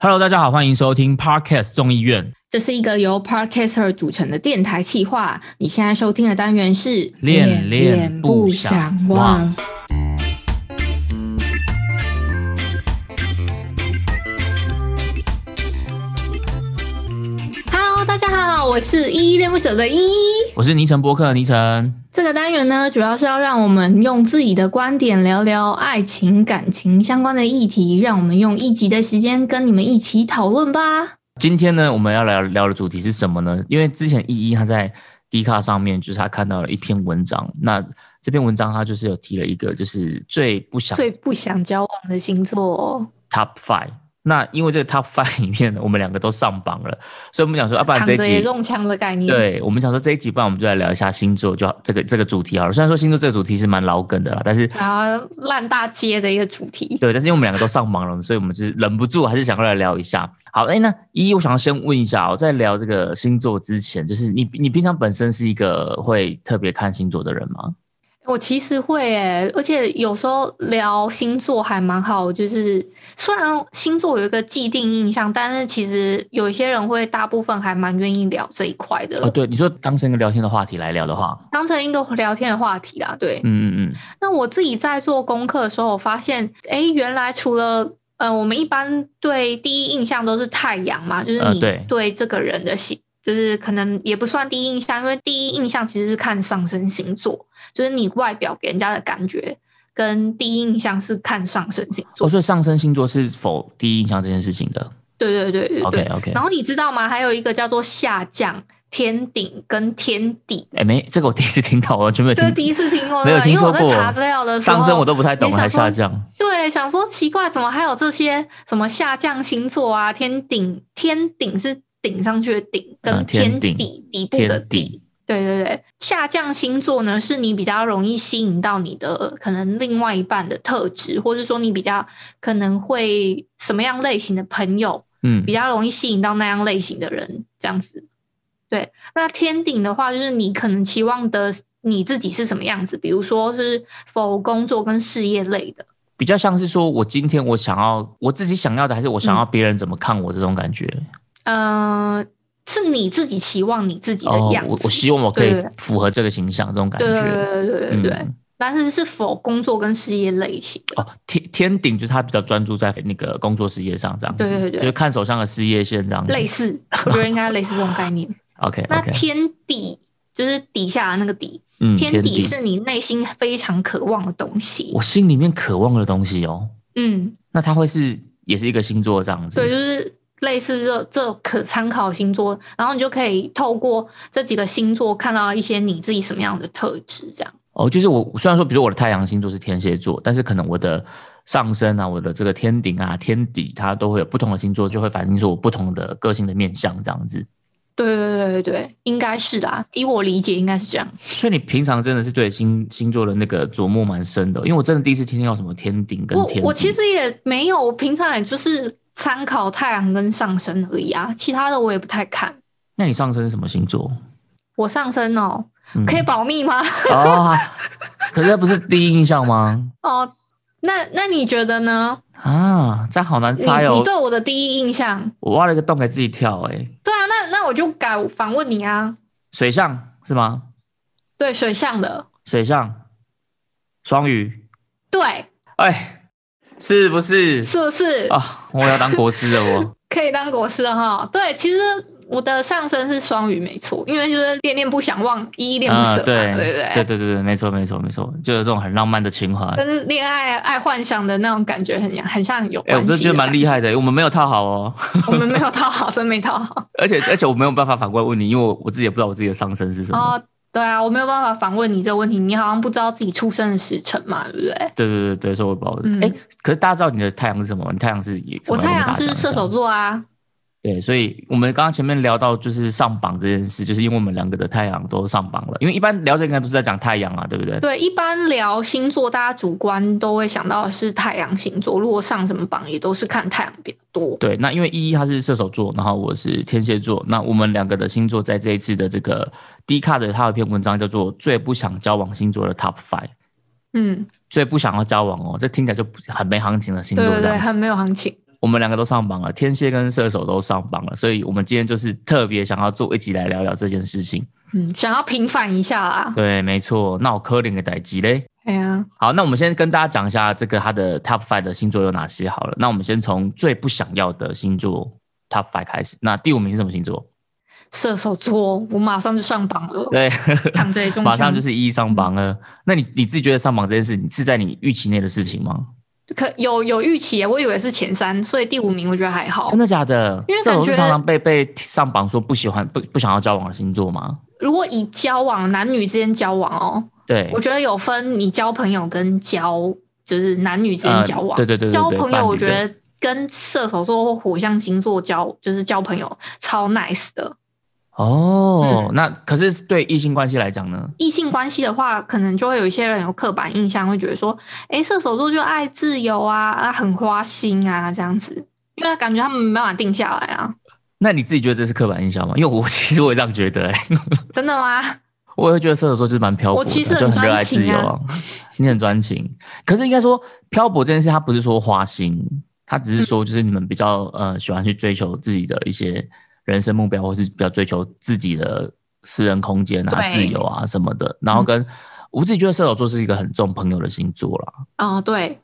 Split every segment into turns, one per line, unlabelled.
Hello，大家好，欢迎收听 Podcast 众议院
这是一个由 Podcaster 组成的电台企划。你现在收听的单元是
恋恋不想忘。
Hello，大家好，我是依依恋不舍的依依。
我是尼城博客的尼城。
这个单元呢，主要是要让我们用自己的观点聊聊爱情、感情相关的议题，让我们用一集的时间跟你们一起讨论吧。
今天呢，我们要聊聊的主题是什么呢？因为之前依依她在 D 卡上面，就是她看到了一篇文章，那这篇文章她就是有提了一个，就是最不想
最不想交往的星座，
Top Five。那因为这个 Top Five 里面呢，我们两个都上榜了，所以我们想说，要、啊不然
躺
这一
着也
集
中枪的概念。
对，我们想说这一集，不然我们就来聊一下星座，就好这个这个主题好了。虽然说星座这个主题是蛮老梗的啦，但是
然后烂大街的一个主题。
对，但是因为我们两个都上榜了，所以我们就是忍不住还是想过来聊一下。好，哎、那依依，我想要先问一下哦，我在聊这个星座之前，就是你你平常本身是一个会特别看星座的人吗？
我其实会诶、而且有时候聊星座还蛮好，就是虽然星座有一个既定印象，但是其实有一些人会大部分还蛮愿意聊这一块的，
哦，对，你说当成一个聊天的话题来聊的话，
当成一个聊天的话题啦。对，
嗯嗯嗯，
那我自己在做功课的时候，我发现，诶，原来除了呃，我们一般对第一印象都是太阳嘛，就是
呃
你
对
对这个人的喜，就是可能也不算第一印象，因为第一印象其实是看上升星座，就是你外表给人家的感觉跟第一印象是看上升星座。
哦，所以上升星座是否第一印象这件事情的
对对对对对。
？OK OK，
然后你知道吗？还有一个叫做下降、天顶跟天底，
哎、没这个我第一次听到，我完全没有
这
听
是，第一次听过
没
对
有
不
听
对，因为
说
我在
过
查资料的时候，
上升我都不太懂，
也
还
想说
下降。
对，想说奇怪，怎么还有这些什么下降星座啊？天顶，天顶是顶上去的顶，
嗯
跟
天顶
天底底部的
天底
底。对对对，下降星座呢，是你比较容易吸引到你的可能另外一半的特质，或者说你比较可能会什么样类型的朋友，
嗯
比，较容易吸引到那样类型的人，这样子。对，那天顶的话，就是你可能期望的你自己是什么样子，比如说是否工作跟事业类的。
比较像是说我今天我想要我自己想要的，还是我想
嗯
要别人怎么看我这种感觉。
呃，是你自己期望你自己的样子。
哦我我希望我可以
对对
符合这个形象，这种感
对对对
觉。
对对对对。
嗯
但是是否工作跟事业类型的？
哦，天天顶就是他比较专注在那个工作事业上，这样子，
对对对对
就是看手上的事业线这样子。
类似，我觉得应该类似这种 概念。
OK
那
OK，
天底就是底下的那个底，
嗯，
天
底
底是你内心非常渴望的东西
我。心里面渴望的东西哦。
嗯，
那他会是也是一个星座这样子？
对，就是类似这这种可参考星座，然后你就可以透过这几个星座看到一些你自己什么样的特质，这样。
哦，就是我虽然说，比如我的太阳星座是天蝎座，但是可能我的上升啊，我的这个天顶啊、天底，它都会有不同的星座，就会反映出我不同的个性的面相这样子。
对对对对对，应该是的、啊，以我理解应该是这样。
所以你平常真的是对星星座的那个琢磨蛮深的，因为我真的第一次听到什么天顶跟天底
我我其实也没有，我平常也就是参考太阳跟上升而已啊，其他的我也不太看。
那你上升是什么星座？
我上升哦，
嗯
可以保密吗？
哦，可是那不是第一印象吗？
哦，那那你觉得呢？
啊，这样好难
你
猜哦
你！对我的第一印象？
我挖了一个洞给自己跳、欸，哎，
对啊，那那我就改反问你啊，
水象是吗？
对水象的，
水象，双鱼，
对，
哎，是不是？
是不是
啊，我要当国师了我。
可以当国师了哈？对，其实。我的上升是双鱼，没错，因为就是恋恋不想忘，依依恋不
啊，
舍嘛、
对
对不
对对对对没错没错没错，就有这种很浪漫的情怀。
跟恋爱爱幻想的那种感觉很很像有
哎、
关
我
系。
真的觉得蛮厉害的，我们没有套好哦，
我们没有套好，真没套好。
而且而且我没有办法反过来问你，因为我我自己也不知道我自己的上身是什么。
哦，对啊，我没有办法反问你这个问题，你好像不知道自己出生的时辰嘛，对不对？
对对对对，所以我不知道我。哎、
嗯
可是大家知道你的太阳是什么？你太阳是也
我太阳是
什么样的
射。
大家
手
讲
座啊，
对，所以我们刚刚前面聊到就是上榜这件事，就是因为我们两个的太阳都上榜了。因为一般聊这个应该都是在讲太阳啊，对不对？
对，一般聊星座，大家主观都会想到的是太阳星座，如果上什么榜也都是看太阳比较多。
对，那因为依依她是射手座，然后我是天蝎座，那我们两个的星座在这一次的这个 D 卡的，他有一篇文章叫做《最不想交往星座的 Top Five》，
嗯，
最不想要交往哦，这听起来就不很没行情的星
对
座
对
这
对，
样子。
很没有行情。
我们两个都上榜了，天蝎跟射手都上榜了，所以我们今天就是特别想要做一集来聊聊这件事情。
嗯，想要平反一下啊。
对，没错，那我科林给逮鸡嘞。
哎呀，
好，那我们先跟大家讲一下这个它的 Top Five 的星座有哪些好了。那我们先从最不想要的星座 Top Five 开始。那第五名是什么星座？
射手座，我马上就上榜了，
对，
躺着也中枪，
马上就是一一上榜了。那你你自己觉得上榜这件事，你是在你预期内的事情吗？
可有有预期耶，我以为是前三，所以第五名我觉得还好
真。的假的？
哦因为
这
感
种是
觉
常常被被上榜说不喜欢、不不想要交往的星座吗？
如果以交往男女之间交往哦，
对
我，觉得有分你交朋友跟交就是男女之间
呃
交往。
对对对对对
交朋
伴侣
友，我觉
的
得跟射手座或火象星座交就是交朋友超 nice 的。
哦，
嗯
那可是对异性关系来讲呢？
异性关系的话，可能就会有一些人有刻板印象，会觉得说，哎，射手座就爱自由啊，啊，很花心啊，这样子，因为感觉他们没办法定下来啊。
那你自己觉得这是刻板印象吗？因为我 其实我也这样觉得、欸，
真的吗？
我也会觉得射手座就是蛮漂泊
我其
的，
实很
就很热爱
专情
自由啊。 你很专情，可是应该说漂泊这件事，他不是说花心，他只是说就是你们比较呃喜欢去追求自己的一些人生目标，或是比较追求自己的私人空间啊、
对嗯
自由啊什么的。然后跟、我自己觉得射手座是一个很重朋友的星座啦。
哦，对，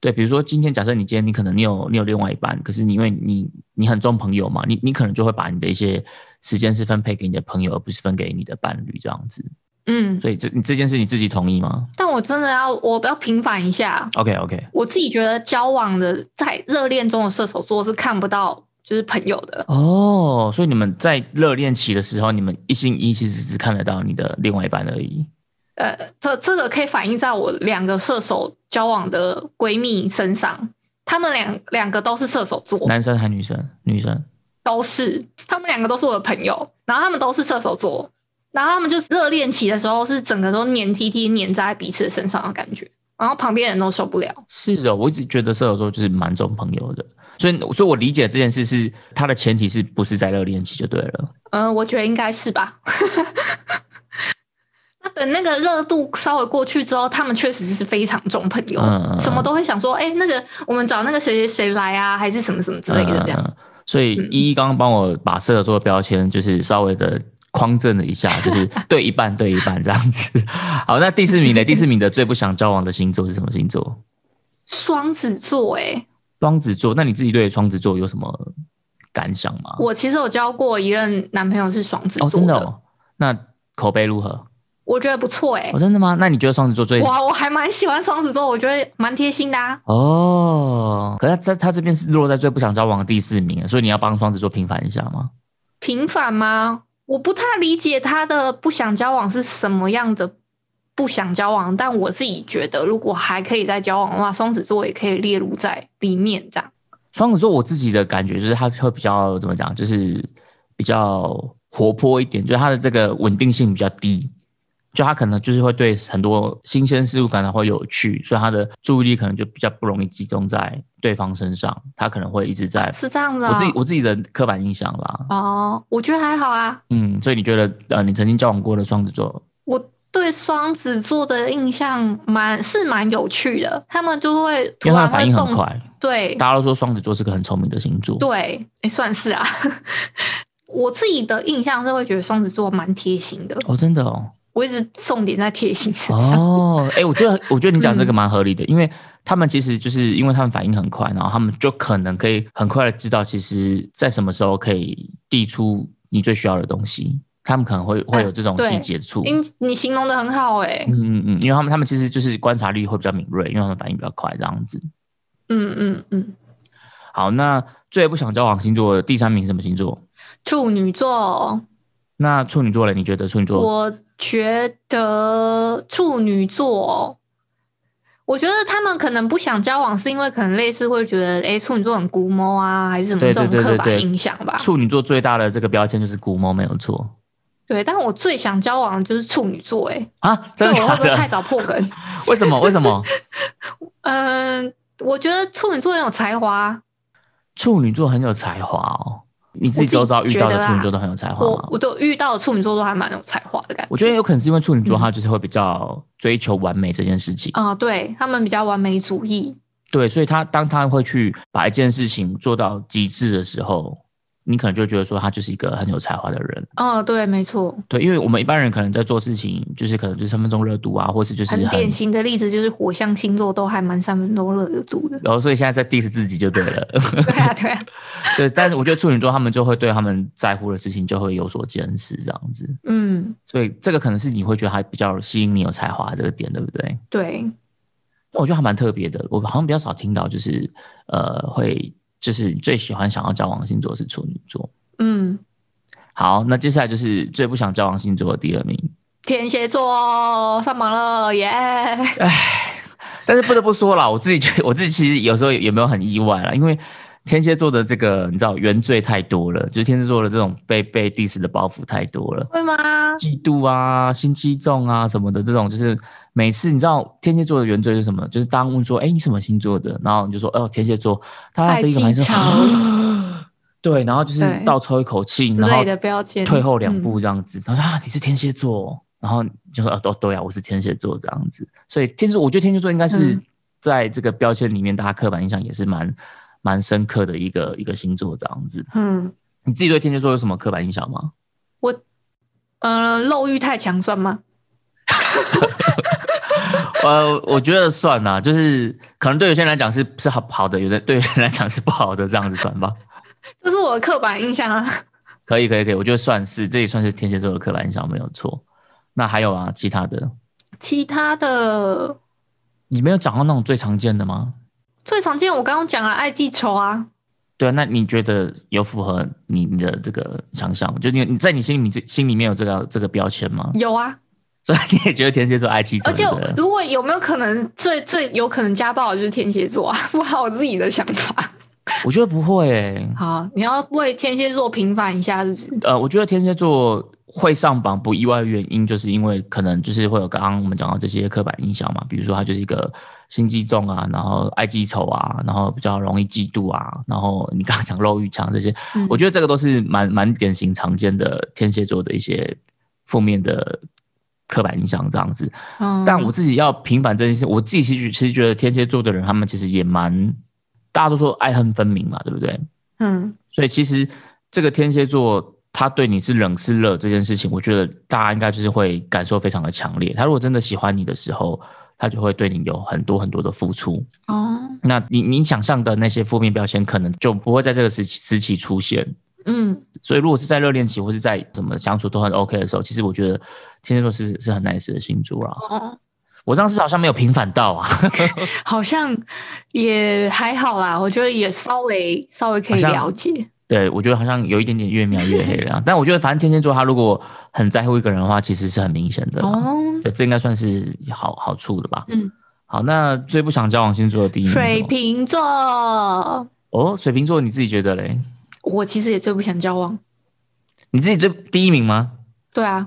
对，比如说今天假设你今天你可能你有你有另外一半，可是你因为你你很重朋友嘛，你你可能就会把你的一些时间是分配给你的朋友，而不是分给你的伴侣这样子。
嗯，
所以这你这件事你自己同意吗
但我真的要，我要平反一下，
？OK OK，
我自己觉得交往的在热恋中的射手座是看不到就是朋友的，
哦，所以你们在热恋期的时候，你们一心一意其实只看得到你的另外一半而已。
呃，这这个可以反映在我两个射手交往的闺蜜身上，她们两两个都是射手座，
男生还女生？女生
都是，他们两个都是我的朋友，然后他们都是射手座，然后他们就是热恋期的时候是整个都黏 T T 黏在彼此的身上的感觉，然后旁边人都受不了。
是的，我一直觉得射手座就是蛮重朋友的，所以所以我理解这件事是它的前提是不是在热恋期就对了。
嗯、我觉得应该是吧。那等那个热度稍微过去之后，他们确实是非常重朋友，
嗯嗯嗯
什么都会想说，哎、那个我们找那个谁谁谁来啊，还是什么什么之类的这样。
嗯所以
嗯
依依刚刚帮我把射手座的标签就是稍微的匡正了一 下，就是对一半对一半这样子。好，那第四名呢？第四名的最不想交往的星座是什么星座？
双子座、哎，
双子座。那你自己对双子座有什么感想吗？
我其实有交过一任男朋友是双子
啊哦，
座
真的哦。那口碑如何？
我觉得不错、哎、
哦，真的吗？那你觉得双子座最？
哇，我还蛮喜欢双子座，我觉得蛮贴心的啊。
哦，可是他在他这边是落在最不想交往的第四名，所以你要帮双子座平反一下吗？
平凡吗？我不太理解他的不想交往是什么样的不想交往，但我自己觉得，如果还可以再交往的话，双子座也可以列入在里面这样。
双子座我自己的感觉就是他会比较怎么讲，就是比较活泼一点，就是他的这个稳定性比较低，就他可能就是会对很多新鲜事物感到会有趣，所以他的注意力可能就比较不容易集中在对方身上，他可能会一直在。
是这样子啊。
哎我自己我自己的刻板印象啦，
哦，我觉得还好啊。
嗯，所以你觉得呃，你曾经交往过的双子座，
我对双子座的印象蛮是蛮有趣的，他们就会突
因为他
然
的反
会
应
蹦
很，快，
对，
大家都说双子座是个很聪明的星座，
对，哎，算是啊。 我自己的印象是会觉得双子座蛮贴心的，
哦，真的哦，
我一直重点在贴心身上。
哦，哎、我觉得我觉得你
嗯
讲这个蛮合理的，因为他们其实就是因为他们反应很快，然后他们就可能可以很快的知道，其实在什么时候可以递出你最需要的东西，他们可能会会有这种
对
细节处。
因你形容的很好哎、
嗯嗯嗯，因为他们他们其实就是观察力会比较敏锐，因为他们反应比较快这样子。
嗯嗯嗯，
好，那最不想交往星座的第三名是什么星座？
处女座，
那处女座嘞？你觉得处女座？
我觉得处女座，我觉得他们可能不想交往，是因为可能类似会觉得，哎、处女座很孤猫啊，还是什么
对
这
对
种
对
刻
对对
板印象吧。
处女座最大的这个标签就是古猫，没有错
对，但我最想交往的就是处女座、哎，
啊？真的
这我
假
会不会太
的？
早破梗？
为什么？为什么？
嗯、我觉得处女座很有才华，
处女座很有才华哦。你自己周遭遇到的处女座都很有才华
啊我
吗？
我都遇到的处女座都还蛮有才华的感觉。
我觉得有可能是因为处女座
嗯
他就是会比较追求完美这件事情，
啊、对他们比较完美主义，
对，所以他当他会去把一件事情做到极致的时候，你可能就会觉得说他就是一个很有才华的人。
哦，对，没错，
对，因为我们一般人可能在做事情，就是可能就是三分钟热度啊，或是就是
很
很。
典型的例子就是火象星座都还蛮三分钟热度的
然后所以现在在 diss 自己就对 了。
对啊，对啊，
对，但是我觉得处女座他们就会对他们在乎的事情就会有所坚持，这样子。
嗯，
所以这个可能是你会觉得他比较吸引你有才华这个点，对不对？
对，
但我觉得还蛮特别的，我好像比较少听到，就是呃，会就是最喜欢想要交往的星座是处女座。
嗯，
好，那接下来就是最不想交往星座的第二名。
天蝎座上榜了耶！
但是不得不说啦，我自己觉得我自己其实有时候也没有很意外啦，因为天蝎座的这个你知道原罪太多了，就是天蝎座的这种被被 diss 的包袱太多了。
会吗？
嫉妒啊、心机重啊什么的，这种就是每次你知道天蝎座的原罪是什么？就是当问说，哎、你什么星座的？然后你就说，哦，天蝎座。他的一个反应是
爱，
对，然后就是
对
倒抽一口气，
之
然
类
后哦
的标签，
退后两
嗯
步这样子。然后说啊，你是天蝎座哦，然后就说，哦，都对啊，我是天蝎座这样子。所以天蝎，我觉得天蝎座应该是
嗯
在这个标签里面，大家刻板印象也是蛮蛮深刻的一个一个星座这样子。
嗯，
你自己对天蝎座有什么刻板印象吗？
呃，肉欲太强算吗？
呃，我觉得算啦，就是可能对有些人来讲是是好好的，有的对有些人来讲是不好的，这样子算吧。
这是我的刻板印象啊。
可以，可以，可以，我觉得算是这也算是天蝎座的刻板印象没有错。那还有啊，其他的，
其他的
你没有讲到那种最常见的吗？
最常见，我刚刚讲了爱记仇啊，
对啊，那你觉得有符合你你的这个想象吗？就你你在你心里这心里面有这个这个标签吗？
有啊。
所以你也觉得天蝎座爱妻子？
而且如果有没有可能最最有可能家暴的就是天蝎座啊？ 不好，我自己的想法。
我觉得不会、欸，
好，你要为天蝎座平反一下，是不是？
呃，我觉得天蝎座会上榜不意外的原因，就是因为可能就是会有刚刚我们讲到这些刻板印象嘛，比如说他就是一个心机重啊，然后爱记仇啊，然后比较容易嫉妒啊，然后你刚刚讲肉欲强这些，
嗯
我觉得这个都是蛮蛮典型常见的天蝎座的一些负面的刻板印象这样子。
嗯
但我自己要平反这件事，我自己其实其实觉得天蝎座的人，他们其实也蛮大家都说爱恨分明嘛，对不对？
嗯
所以其实这个天蝎座，他对你是冷是热这件事情，我觉得大家应该就是会感受非常的强烈。他如果真的喜欢你的时候，他就会对你有很多很多的付出。
哦
那你你想象的那些负面标签，可能就不会在这个时期时期出现。
嗯
所以，如果是在热恋期，或是在怎么相处都很 OK 的时候，其实我觉得天蝎座是是很 nice 的星座啦。
哦，
我这样是不是好像没有平反到啊？
好像也还好啦，我觉得也稍微稍微可以
好像
了解。
对，我觉得好像有一点点越描越黑了 啊。但我觉得，反正天蝎座他如果很在乎一个人的话，其实是很明显的啦。
哦，
对，啊嗯这应该算是好好处的吧。
嗯，
好，那最不想交往星座的第一名是
水
什么
瓶座，
哦，水瓶座你自己觉得嘞？
我其实也最不想交往。
你自己最第一名吗？
对啊，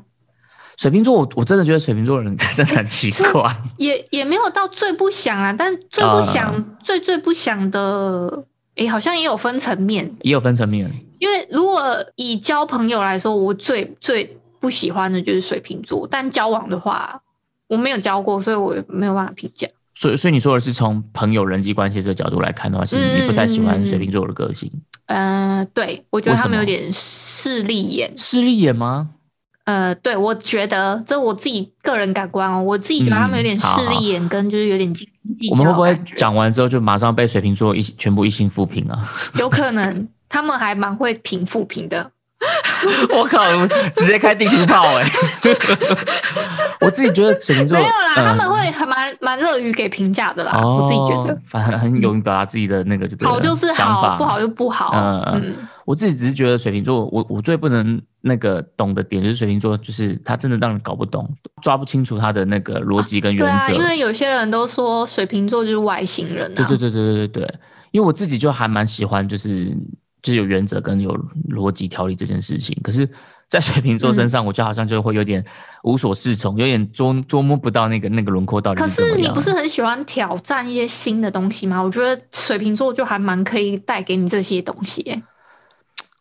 水瓶座，我我真的觉得水瓶座人 真
哎
的很奇怪。
也也没有到最不想啊，但最不想、
啊
最最不想的，诶、好像也有分层面。
也有分层面，
因为如果以交朋友来说，我最最不喜欢的就是水瓶座，但交往的话，我没有交过，所以我也没有办法评价。
所以所以你说的是从朋友人际关系这个角度来看的话，其实你不太喜欢水瓶座的个性，
嗯、对我觉得
为什
他们有
么
点势利眼。
势利眼吗？
呃，对我觉得这我自己个人感官哦，我自己觉得他们有点
嗯
势
好好
利眼，跟就是有点斤斤计较。
我们会不会？讲完之后就马上被水瓶座一全部一心复评啊？
有可能他们还蛮会评负评的。
我靠，直接开地图炮哎、 我自己觉得水瓶座
没有啦，
嗯
他们会还蛮蛮乐于给评价的啦，
哦，
我自己觉得。
反正很勇于表达自己的那个就对了
好就是
想
好，
法
不好就不好。
嗯嗯
嗯，
我自己只是觉得水瓶座，我我最不能那个懂的点就是水瓶座，就是他真的让人搞不懂，抓不清楚他的那个逻辑跟原
对啊，
则。
因为有些人都说水瓶座就是外星人
对
啊。
对对对对对对，因为我自己就还蛮喜欢，就是就是有原则跟有逻辑条理这件事情。可是，在水瓶座身
嗯
上，我就好像就会有点无所适从，有点捉捉摸不到那个那个轮廓到底
可
怎么
是
样。啊
你不是很喜欢挑战一些新的东西吗？我觉得水瓶座就还蛮可以带给你这些东西耶、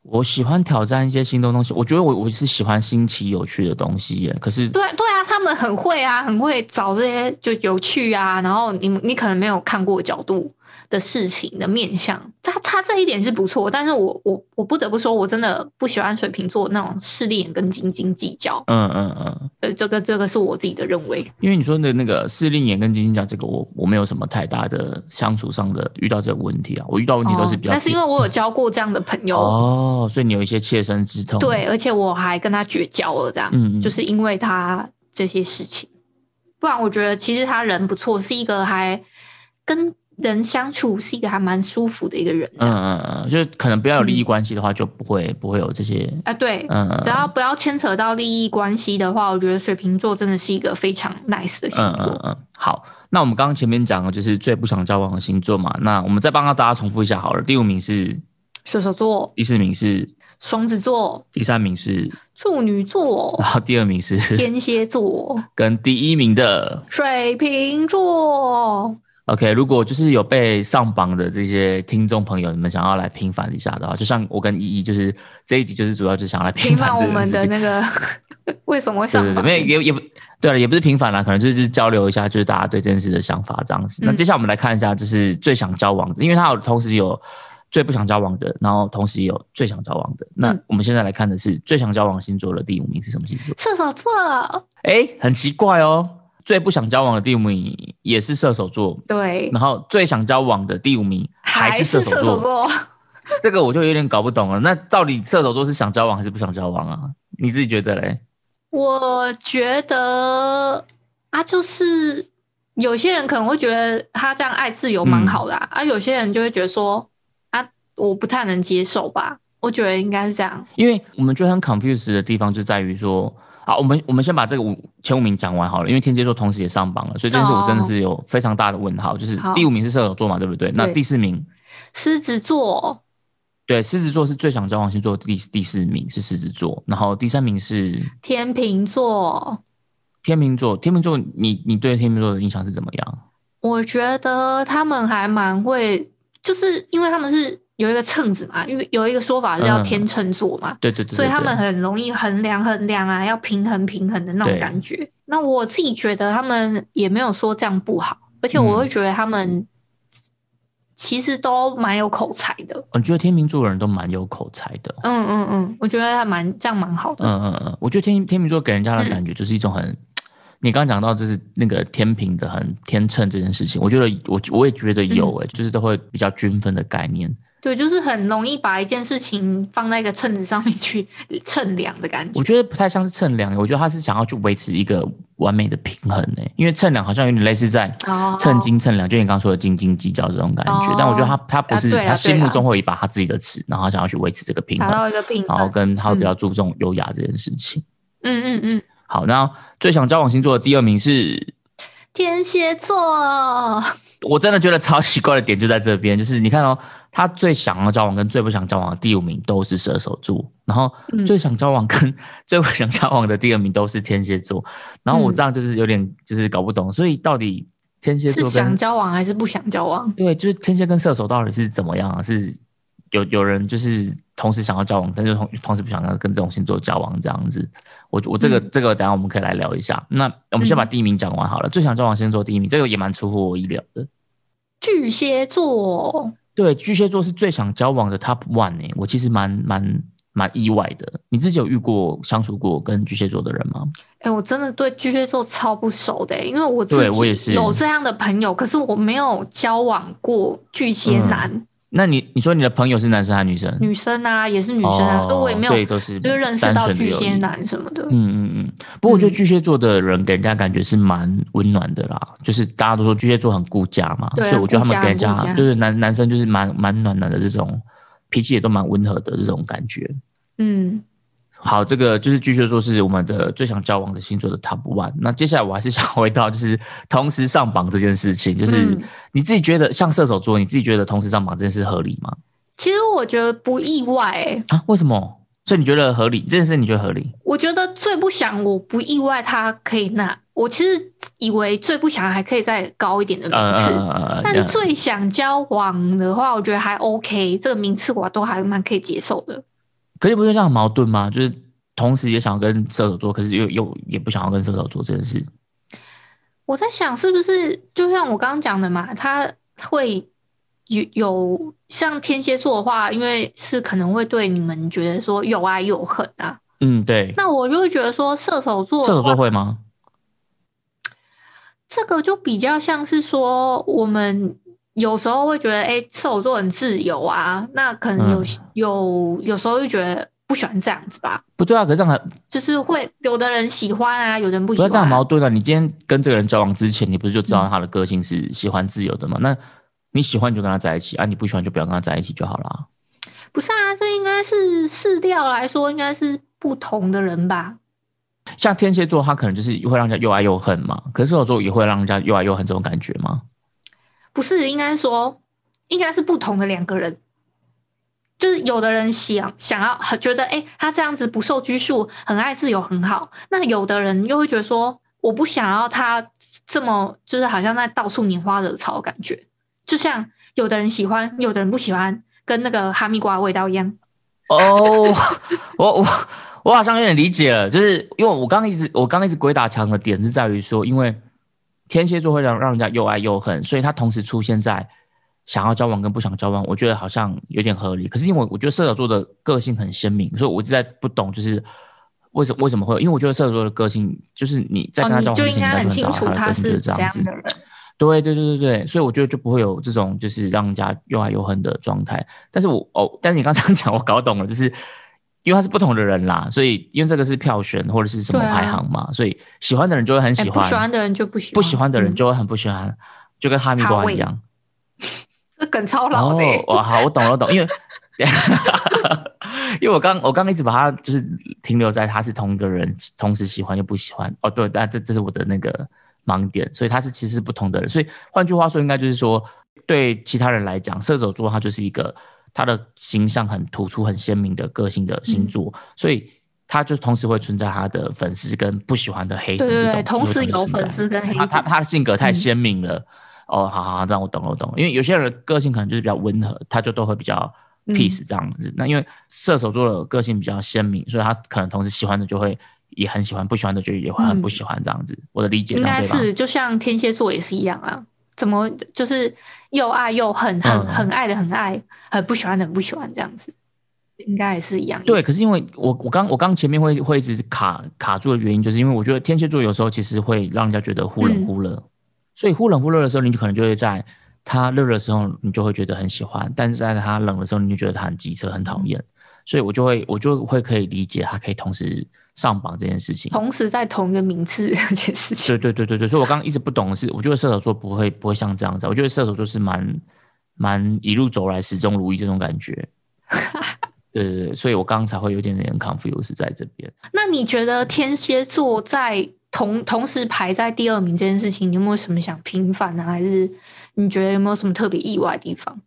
我喜欢挑战一些新的东西，我觉得我我是喜欢新奇有趣的东西耶。可是
对啊对啊，他们很会啊，很会找这些就有趣啊，然后你你可能没有看过的角度，的事情的面向，他他这一点是不错，但是我我我不得不说，我真的不喜欢水瓶座那种势利眼跟斤斤计较。
嗯嗯嗯，
呃，这个这个是我自己的认为。
因为你说的那个视力眼跟金星角，这个我我没有什么太大的相处上的遇到这个问题啊，我遇到问题都是比较、
哦，那是因为我有交过这样的朋友，
哦，所以你有一些切身之痛。
对，而且我还跟他绝交了，这样，
嗯，嗯，
就是因为他这些事情。不然，我觉得其实他人不错，是一个还跟人相处是一个还蛮舒服的一个人这
嗯
样。
嗯嗯，就是可能不要有利益关系的话，就不会不会有这些，
啊，对，
嗯嗯
只要不要牵扯到利益关系的话，我觉得水瓶座真的是一个非常 nice 的星
嗯
座。
嗯嗯，好。那我们刚刚前面讲的就是最不想交往的星座嘛，那我们再帮大家重复一下好了。第五名是，
射手座、
第四名是，
双子座、
第三名是，
处女座
然、后第二名是
天蝎座、
跟第一名的。
水瓶座。
OK，如果就是有被上榜的这些听众朋友，你们想要来平反一下的话，就像我跟依依，就是这一集就是主要就是想要来
平
反
凡
这
我
件
们
事
的
情。
那个 为什么会上
对对对，
榜？
没有也也不对了，也不是平反啦，可能就是交流一下，就是大家对这件事的想法这样子。那
嗯
接下来我们来看一下，就是最想交往的，因为他有同时有最不想交往的，然后同时也有最想交往的。那
嗯
我们现在来看的是最想交往星座的第五名是什么星座？
射手座，
哎，很奇怪哦，最不想交往的第五名也是射手座，
对，
然后最想交往的第五名还
还
射
是
手
射手
座，
座。
这个我就有点搞不懂了。那到底射手座是想交往还是不想交往啊？你自己觉得嘞？
我觉得啊，就是有些人可能会觉得他这样爱自由蛮好的
嗯
啊，啊有些人就会觉得说啊，我不太能接受吧。我觉得应该是这样，
因为我们觉得很 confused 的地方就在于说，啊，我们我们先把这个五前五名讲完好了，因为天蝎座同时也上榜了，所以这件事我真的是有非常大的问号，就是
哦好
第五名是射手座嘛，对不对？那
对
第四名。
狮子座、
对，狮子座是最想交往星座的第第四名是狮子座，然后第三名是
天秤座，
天秤座。天秤座，你你对天秤座的印象是怎么样？
我觉得他们还蛮会，就是因为他们是有一个秤子嘛，因为有一个说法是叫
嗯
天秤座嘛，
对对对对
所以他
对
们很容易衡量衡量啊，要平衡平衡的那
对
种感觉。那我自己觉得他们也没有说这样不好，而且我
嗯
会觉得他们其实都蛮有口才的。
我哦觉得天秤座的人都蛮有口才的。
嗯嗯嗯，我觉得还蛮这样蛮好的。
嗯嗯嗯，我觉得天天秤座给人家的感觉就是一种很， 你刚刚讲到就是那个天平的很天秤这件事情，我觉得我我也觉得有
嗯
诶、就是都会比较均分的概念。
对，就是很容易把一件事情放在一个秤子上面去称量的感觉
我。觉得不太像是称量，欸我觉得他是想要去维持一个完美的平衡诶、因为称量好像有点类似在。
哦，
称斤称量，就你刚刚说的斤斤计较这种感觉，
哦
但我觉得他他不是、
啊对啦
他心
对
目
啦
中会有一把他自己的尺，然后他想要去维持这个平
达
衡，
到一个平
然后
衡。
跟他会比
嗯
较注重优雅这件事情。
嗯嗯嗯，
好，那最想交往星座的第二名是
天蝎座，
我真的觉得超奇怪的点就在这边，就是你看哦，他最想要交往跟最不想交往的第五名都是射手座，然后
嗯
最想交往跟 最不想交往的第二名都是天蝎座，然后我
嗯
这样就是有点就是搞不懂，所以到底天蝎
是
座
想
跟
交往还是不想交往？
对就是天蝎跟射手到底是怎么样啊？是有有人就是同时想要交往，但是同同时不想要跟这种星座交往这样子。我我这个、
嗯
这个等一下我们可以来聊一下。那我们先把第一名讲完好了，最想交往星座第一名，这个也蛮出乎我意料的。
巨蟹座，
对，巨蟹座是最想交往的 Top One 呢、我其实蛮蛮蛮意外的。你自己有遇过相处过跟巨蟹座的人吗？
哎、我真的对巨蟹座超不熟的、欸因为我
对
自
我也
己
是
有这样的朋友，可是我没有交往过巨蟹
嗯
男，
那你你说你的朋友是男生还是女生？
女生啊也是女
女
生啊，所以我也没
哦
有
所以都是
就是认识
单
到
纯的
巨
友
蟹
谊。
男什么的。
嗯嗯嗯，不过我觉得
嗯
巨蟹座的人给人家感觉是蛮温暖的啦，就是大家都说巨蟹座很顾家嘛，
对啊
所以我觉得他们给人
很顾家
家
很顾家
就是男男生就是蛮蛮暖男的这种，脾气也都蛮温和的这种感觉。
嗯，
好，这个就是巨蟹座是我们的最想交往的星座的 top one。那接下来我还是想回到就是同时上榜这件事情，就是
嗯
你自己觉得像射手座，你自己觉得同时上榜这件事合理吗？
其实我觉得不意外、欸，
啊，为什么？所以你觉得合理这件事，你觉得合理？
我觉得最不想我不意外他可以那，我其实以为最不想还可以再高一点的名
呃
次。
呃呃呃
但
呃
最想交往的话，我觉得还 OK，这个名次我都还蛮可以接受的。
可是不觉得这样很矛盾吗？就是同时也想要跟射手座，可是又又也不想要跟射手座这件事。
我在想，是不是就像我刚刚讲的嘛，他会有有像天蝎座的话，因为是可能会对你们觉得说有爱有恨啊。
嗯，对。
那我就会觉得说射手座
射手
的话，
座会吗？
这个就比较像是说，我们有时候会觉得，哎、射手座很自由啊，那可能
嗯
有、有有时候就觉得不喜欢这样子吧，
不对啊，可是这样很，
就是会有的人喜欢啊，有的人不
不
喜
要这
欢嗯
样很
啊、
矛盾啊！你今天跟这个人交往之前，你不是就知道他的个性是喜欢自由的吗？那你喜欢你就跟他在一起啊，你不喜欢就不要跟他在一起就好了。
不是啊，这应该是试调来说，应该是不同的人吧？
像天蝎座，他可能就是会让人家又爱又恨嘛。可是射手座也会让人家又爱又恨这种感觉吗？
不是，应该说应该是不同的两个人。就是有的人想想要很觉得，哎、他这样子不受拘束，很爱自由，很好。那有的人又会觉得说，我不想要他这么，就是好像在到处拈花惹草的感觉。就像有的人喜欢，有的人不喜欢，跟那个哈密瓜的味道一样。
哦， 我我我好像有点理解了，就是因为我刚刚一直我刚刚一直鬼打墙的点是在于说，因为天蝎座会让让人家又爱又恨，所以他同时出现在想要交往跟不想交往，我觉得好像有点合理。可是因为我觉得射手座的个性很鲜明，所以我一直在不懂就是。为什为什么会？因为我觉得射手座的个性就是你在
哦
跟，他
你
交往
就
之前，
应
你
该
大
很
概就
清
能
楚
知道他的
他
个性就是是这
怎
样
样
子。
的人。
对对对对对，所以我觉得就不会有这种就是让人家又爱又恨的状态。但是我哦，但是你刚刚讲我搞懂了，就是因为他是不同的人啦，所以因为这个是票选或者是什么
对啊
排行嘛，所以喜欢的人就会很
哎、
喜
不
欢，
喜欢的人就不喜欢，
不喜欢的人
嗯
就会很不喜欢，就跟哈密
哈
瓜
味
一样。
这梗超
哦
老的、欸。，
哇好，我懂了，我懂，因为。 因为我刚我刚一直把他就是停留在他是同一个人，同时喜欢又不喜欢哦，对，但这这是我的那个盲点，所以他是其实是不同的人，所以换句话说，应该就是说对其他人来讲，射手座他就是一个他的形象很突出、很鲜明的个性的星座，所以他就同时会存在他的粉丝跟不喜欢的黑粉
对
这
对
种
对，同时有
就会
粉。
存在
丝跟黑
他他
粉，
他的性格太
嗯
鲜明了。哦，好好，好让我懂了，我懂了。因为有些人个性可能就是比较温和，他就都会比较
嗯
peace 这样子。那因为射手座的个性比较鲜明，所以他可能同时喜欢的就会也很喜欢，不喜欢的就也会很不喜欢这样子。我的理解这
嗯应
样
该
对吧？
是就像天蝎座也是一样啊。怎么就是又爱又恨，
嗯
很很爱的很爱，很不喜欢的很不喜欢这样子，应该也是一样。
对，，可是因为我我刚我刚前面会会一直卡卡住的原因，就是因为我觉得天蝎座有时候其实会让人家觉得忽冷
嗯
忽热，所以忽冷忽热的时候，你就可能就会在他热的时候，你就会觉得很喜欢；，但是在他冷的时候，你就觉得他很机车、很讨
嗯
厌。所以我就会我就会可以理解他可以同时上榜这件事情。
同时在同一个名次这件事情，
对对对对对，所以我刚刚一直不懂的是，我觉得射手座不会不会像这样子啊，我觉得射手座是蛮蛮一路走来始终如一这种感觉。对对对，所以我刚刚才会有点点 confuse 在这边。
那你觉得天蝎座在同同时排在第二名这件事情，你有没有什么想平反呢、还是你觉得有没有什么特别意外的地方？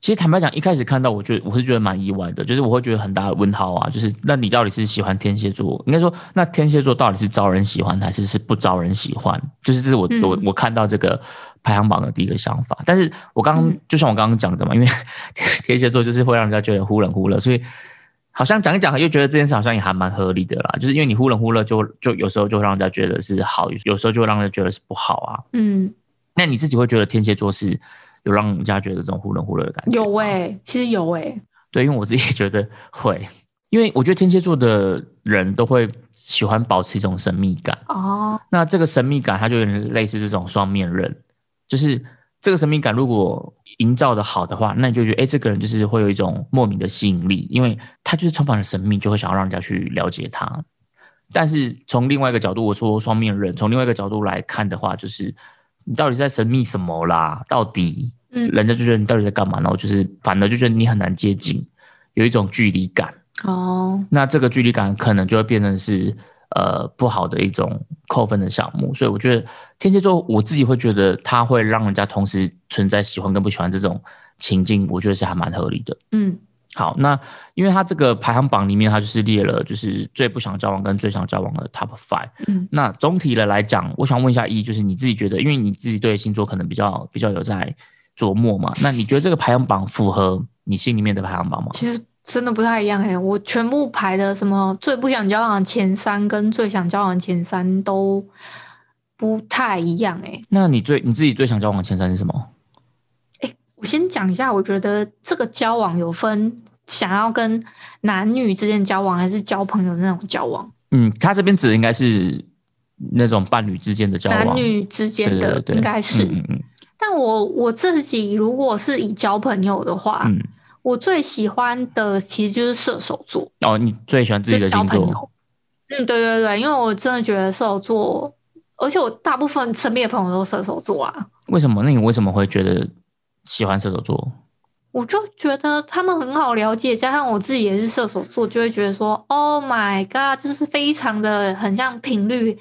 其实坦白讲，一开始看到我觉得我是觉得蛮意外的，就是我会觉得很大的问号啊，就是那你到底是喜欢天蝎座？应该说，那天蝎座到底是招人喜欢还是是不招人喜欢？就是这是我、
嗯
我我看到这个排行榜的第一个想法。但是我刚刚、
嗯
就像我刚刚讲的嘛，因为 天蝎座就是会让人家觉得忽冷忽热，所以好像讲一讲又觉得这件事好像也还蛮合理的啦，就是因为你忽冷忽热就就有时候就会让人家觉得是好，有时候就会让人家觉得是不好啊。
嗯，
那你自己会觉得天蝎座是有让人家觉得这种忽冷忽热的感觉吗？
有哎、其实有哎、
对，因为我自己也觉得会，因为我觉得天蝎座的人都会喜欢保持一种神秘感。
哦，
那这个神秘感，它就有点类似这种双面刃，就是这个神秘感如果营造的好的话，那你就觉得，哎、这个人就是会有一种莫名的吸引力，因为他就是充满了神秘，就会想要让人家去了解他。但是从另外一个角度，我说双面刃，从另外一个角度来看的话，就是你到底在神秘什么啦？到底
嗯，
人家就觉得你到底在干嘛，然后就是反而就觉得你很难接近，有一种距离感。
哦，
那这个距离感可能就会变成是呃不好的一种扣分的项目。所以我觉得天蝎座，我自己会觉得它会让人家同时存在喜欢跟不喜欢这种情境，我觉得是还蛮合理的。
嗯。
好，那因为它这个排行榜里面，它就是列了就是最不想交往跟最想交往的 top five。
嗯，
那总体的来讲，我想问一下一，就是你自己觉得，因为你自己对星座可能比较比较有在琢磨嘛，那你觉得这个排行榜符合你心里面的排行榜吗？
其实真的不太一样哎、我全部排的什么最不想交往的前三跟最想交往的前三都不太一样哎、
那你最你自己最想交往的前三是什么？
我我先讲一下，我觉得这个交往有分想要跟男女之间交往，还是交朋友那种交往，
嗯，他这边指的应该是那种伴侣之间的交往，
男女之间
对对
的
对
应该是。
嗯嗯
但我我自己如果是以交朋友的话，
嗯嗯，
我最喜欢的其实就是射手座，
哦，你最喜欢自己
就
的
交
星
朋
座，
友。嗯，对对对，因为我真的觉得射手座，而且我大部分身边的朋友都射手座啊，
为什么？那你为什么会觉得喜欢射手座？
我就觉得他们很好了解，加上我自己也是射手座，就会觉得说，Oh my god，就是非常的很像频率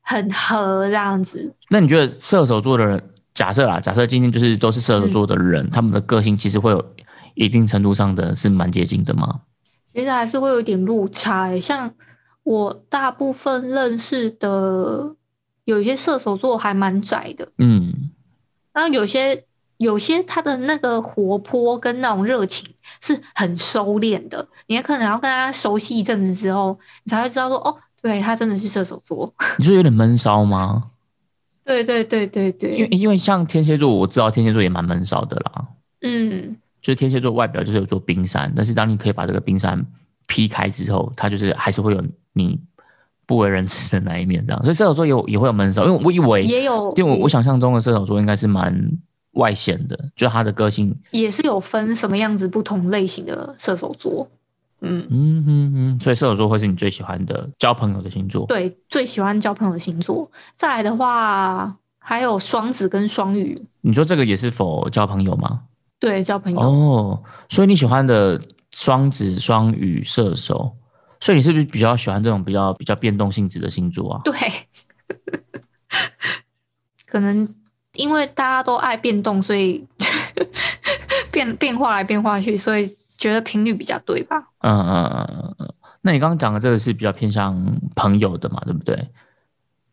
很合这样子。
那你觉得射手座的人，假设啦，假设今天就是都是射手座的
嗯
人，他们的个性其实会有一定程度上的是蛮接近的吗？
其实还是会有点落差、欸，像我大部分认识的有一些射手座还蛮窄的，
嗯，
然后有些有些他的那个活泼跟那种热情是很收敛的，你可能要跟他熟悉一阵子之后，你才会知道说，哦，对他真的是射手座。
你说有点闷骚吗？
对对对对对，
因为因为像天蝎座，我知道天蝎座也蛮闷骚的啦。
嗯，
就是天蝎座外表就是有座冰山，但是当你可以把这个冰山劈开之后，它就是还是会有你不为人知的那一面，这样。所以射手座也有也会有闷骚，因为我以为，
也有，
因为我我想象中的射手座应该是蛮外显的，就是他的个性，
也是有分什么样子不同类型的射手座。嗯，
嗯嗯嗯，所以射手座会是你最喜欢的交朋友的星座。
对，最喜欢交朋友的星座。再来的话，还有双子跟双鱼，
你说这个也是否交朋友吗？
对，交朋友。
哦，所以你喜欢的双子、双鱼、射手，所以你是不是比较喜欢这种比较比较变动性质的星座啊？
对，可能因为大家都爱变动，所以 变变化来变化去，所以觉得频率比较对吧？
嗯嗯嗯嗯嗯。那你刚刚讲的这个是比较偏向朋友的嘛，对不对？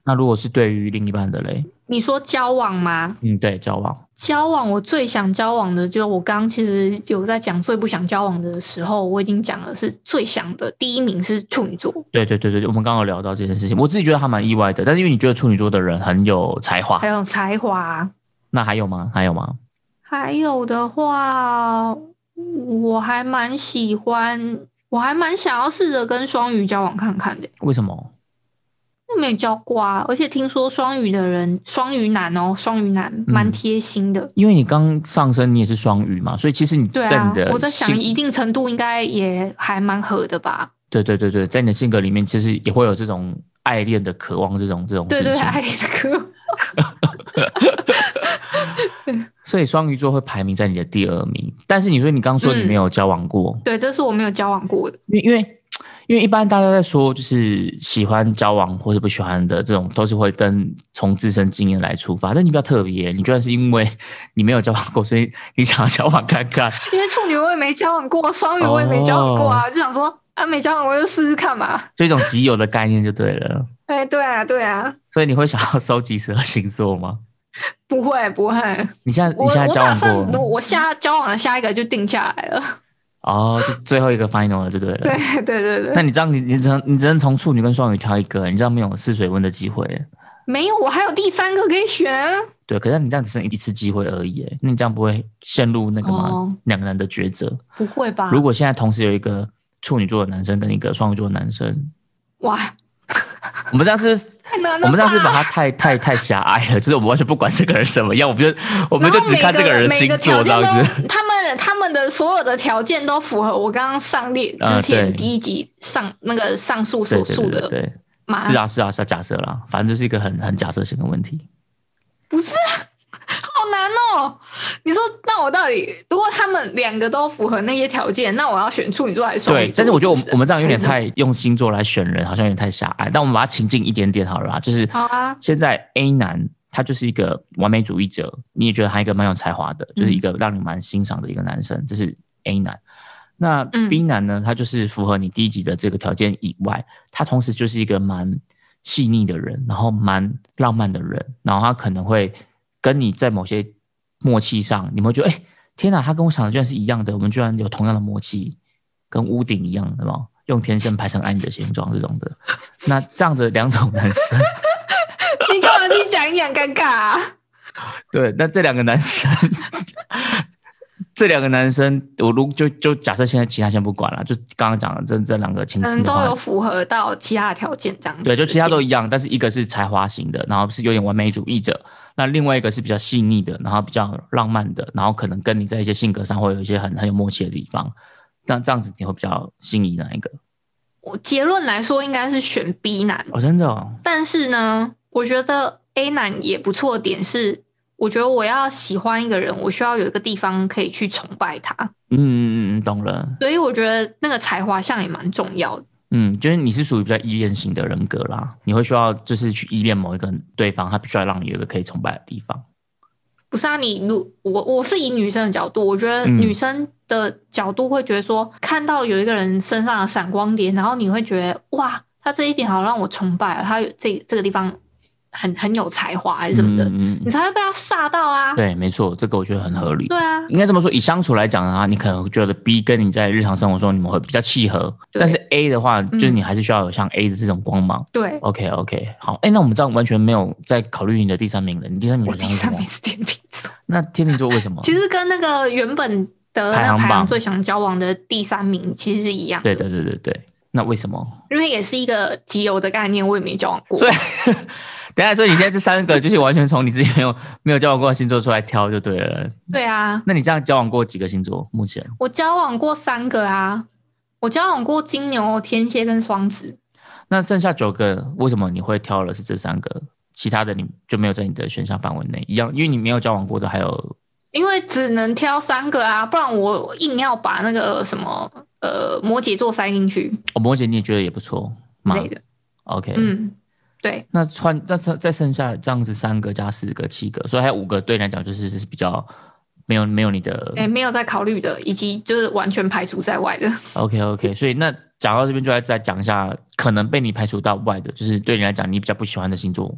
那如果是对于另一半的嘞，
你说交往吗？
嗯，对，交往，
交往，我最想交往的，就我刚其实有在讲最不想交往的时候，我已经讲了，是最想的第一名是处女座，
对对对对对，我们刚刚有聊到这件事情，我自己觉得还蛮意外的，但是因为你觉得处女座的人很有才华
还，有才华，
那还有吗？还有吗？
还有的话，我还蛮喜欢，我还蛮想要试着跟双鱼交往看看的。
为什么？
我没有教过啊，而且听说双鱼的人，双鱼男哦，双鱼
嗯
男蛮贴心的。
因为你刚上升，你也是双鱼嘛，所以其实你
对
在
啊
你的、，性，
我在想一定程度应该也还蛮合的吧。
对对对对，在你的性格里面，其实也会有这种爱恋的渴望，这种这种
对对，
事情
爱的歌，
所以双鱼座会排名在你的第二名。但是你说你刚说你没有交往过，
对，这是我没有交往过的。
因为因为因为一般大家在说就是喜欢交往或者不喜欢的这种，都是会跟从自身经验来出发。但你比较特别，你居然是因为你没有交往过，所以你想要交往看看。
因为处女我也没交往过，双鱼我也没交往
哦
过啊，就想说啊，没交往我就试试看嘛。
就一种集邮的概念就对了。
哎，对啊，对啊，
所以你会想要收集十二星座吗？
不会不会，
你现在
我
你现在
我
交
打
往
算
过
我我下交往的下一个就定下来了。
哦，就最后一个 final 了，就 对了。
对对对对
那，你这样，你你只能你只能从处女跟双鱼挑一个，你这样没有试水温的机会。
没有，我还有第三个可以选啊。
对，可是你这样只剩一次机会而已，那你这样不会陷入那个吗
哦？啊
两、个人的抉择。
不会吧？
如果现在同时有一个处女座的男生跟一个双鱼座的男生，
哇，
我们这样是，
太难了吧。
我们这样是把他太太太狭隘了，就是我们完全不管这个人什么样，我们就我们
然
就
后
只
每
看这
个
人
每
星
个
座
条
这
件
样子。
都，他们他们的所有的条件都符合我刚刚上列
呃
之前
对
第一集上、那个上述
对
所
对
述
对对
的
对，
嘛？
是啊是啊是啊，假设啦，反正就是一个很很假设性的问题。
不是啊， 好难哦。你说，那我到底如果他们两个都符合那些条件，那我要选处女座还是双鱼
对
座，？
但是我觉得我们
不
我们这样有点
还
太用星座来选人，好像有点太狭隘。但我们把它情境一点点好了啦，就是
好啊
现在 A 男他就是一个完美主义者，你也觉得他一个蛮有才华的，就是一个让你蛮欣赏的一个男生，这是 A 男。那
嗯
B 男呢，他就是符合你第一集的这个条件以外，他同时就是一个蛮细腻的人，然后蛮浪漫的人，然后他可能会跟你在某些默契上，你们会觉得，哎、天哪，他跟我想的居然是一样的，我们居然有同样的默契，跟屋顶一样的嘛，用天线排成爱你的形状这种的。那这样的两种男生，
你干嘛自己讲一讲尴尬啊？
对，那这两个男生 这两个男生，我如就就假设现在其他先不管了，就刚刚讲的这这两个情
可
境的
能嗯都
话
有符合到其他的条件这样
嗯
子。
啊对，就其他都一样，但是一个是才华型的，然后是有点完美主义者，那另外一个是比较细腻的，然后比较浪漫的，然后可能跟你在一些性格上会有一些很很有默契的地方。那这样子你会比较心仪哪一个？
我结论来说应该是选 B 男，
哦，真的哦，
但是呢，我觉得 A 男也不错的点是，我觉得我要喜欢一个人，我需要有一个地方可以去崇拜他，
嗯嗯嗯嗯，懂了，
所以我觉得那个才华像也蛮重要的。
嗯，就是你是属于比较依恋型的人格啦，你会需要就是去依恋某一个对方，他必须要让你有一个可以崇拜的地方。
不是啊，你如我我是以女生的角度，我觉得
嗯
女生的角度会觉得说，看到有一个人身上的闪光点，然后你会觉得哇，他这一点好让我崇拜啊，他有这这个地方很很有才华还是什么的，
嗯嗯
你
嗯，
才会被他煞到啊。
对，没错，这个我觉得很合理。
对啊，
应该这么说，以相处来讲啊，你可能觉得 B 跟你在日常生活中你们会比较契合，
对
但是 A 的话，就是你还是需要有像 A 的这种光芒。
对，
OK OK，好，哎、那我们这样完全没有在考虑你的第三名了，你第三名
我
是
第
什
三
么
名是天秤座，
那天秤座为什么？
其实跟那个原本的
哦排
那
行
个排
榜
行最想交往的第三名其实是一样的，
对对对对对，那为什么？
因为也是一个集邮的概念，我也没交往过
所。以，等一下，所以你现在这三个就是完全从你自己没有没有交往过的星座出来挑就对了。
对啊，
那你这样交往过几个星座？目前
我交往过三个啊，我交往过金牛、天蝎跟双子。
那剩下九个，为什么你会挑的是这三个？其他的你就没有在你的选项范围内，一样，因为你没有交往过的还有
因为只能挑三个啊，不然我硬要把那个什么呃摩羯座塞进去
哦，摩羯，你也觉得也不错
之
吗
类的。
？OK，、
嗯，对，
那换那剩再剩下这样子三个加四个七个，所以还有五个对你来讲就是是比较没有没有你的、
哎、没有在考虑的，以及就是完全排除在外的。
OK
嗯
OK，所以那讲到这边就来再讲一下可能被你排除到外的，就是对你来讲你比较不喜欢的星座，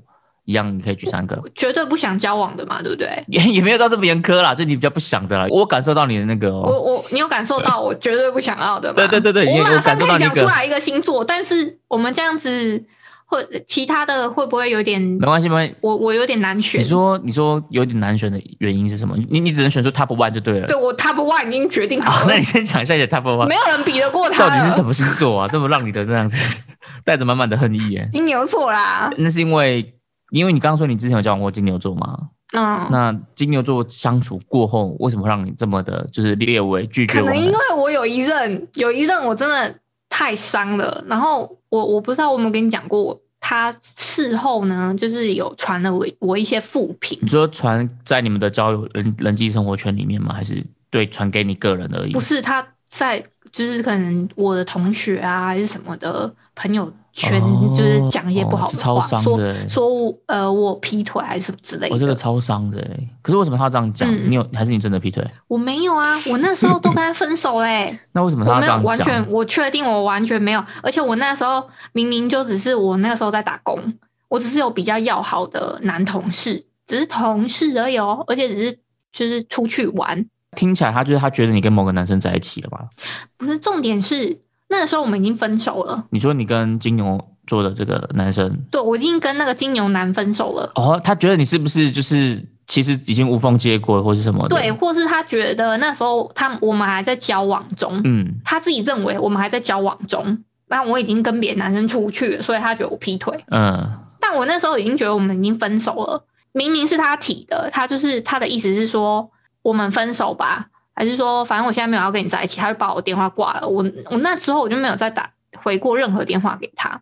一样你可以举三个，
绝对不想交往的嘛，对不对？
也也没有到这么严苛啦，就你比较不想的啦，我感受到你的那个、哦，
我我你有感受到我绝对不想要的吗？
对对对对你也
我
有
马
感
上
受
可
到
以
那
讲
个
出来一个星座，但是我们这样子会其他的会不会有点
没关系没关系。
我我有点难选
你？说你说有点难选的原因是什么？你你只能选出 top one 就对了。
对我 top one 已经决定好
好， 哦
了
那你，先讲一下你的 top one。
没有人比得过他
到底是什
么？
么星座啊？这么让你的这样子 带着满满的恨意耶？
金牛座啦，
那是因为，因为你刚刚说你之前有交往过金牛座嘛？
嗯，
那金牛座相处过后，为什么让你这么的，就是列为拒绝
可
往
能因
来？
为我有一任有一任我真的太伤了，然后我我不知道我有没有跟你讲过，他事后呢就是有传了我我一些负评，
你说传在你们的交友人人际生活圈里面吗？还是对传给你个人而已
不？是他在就是可能我的同学啊还是什么的朋友圈，
哦
就是讲一些不好
哦这
的
超
话，
伤
说
的欸。
说我呃我劈腿还是什么之类
我、
的。
这个超伤的欸，可是为什么他要这样讲？
嗯
你有还是你真的劈腿？
我没有啊，我那时候都跟他分手嘞、欸
那为什么 他
我
要
没
这
有
样
完
讲
全，？我确定我完全没有，而且我那时候明明就只是我那个时候在打工，我只是有比较要好的男同事，只是同事而已哦，而且只是就是出去玩，
听起来他就是他觉得你跟某个男生在一起了吧？
不是重点是那个时候我们已经分手了，
你说你跟金牛座的这个男生，
对我已经跟那个金牛男分手了。
哦，他觉得你是不是就是其实已经无缝接轨或是什么的？
对，，或是他觉得那时候他我们还在交往中，
嗯，
他自己认为我们还在交往中，那我已经跟别的男生出去了，所以他觉得我劈腿。
嗯，
但我那时候已经觉得我们已经分手了，明明是他提的，他就是他的意思是说我们分手吧，还是说反正我现在没有要跟你在一起，他就把我电话挂了。我我那之后我就没有再打回过任何电话给他，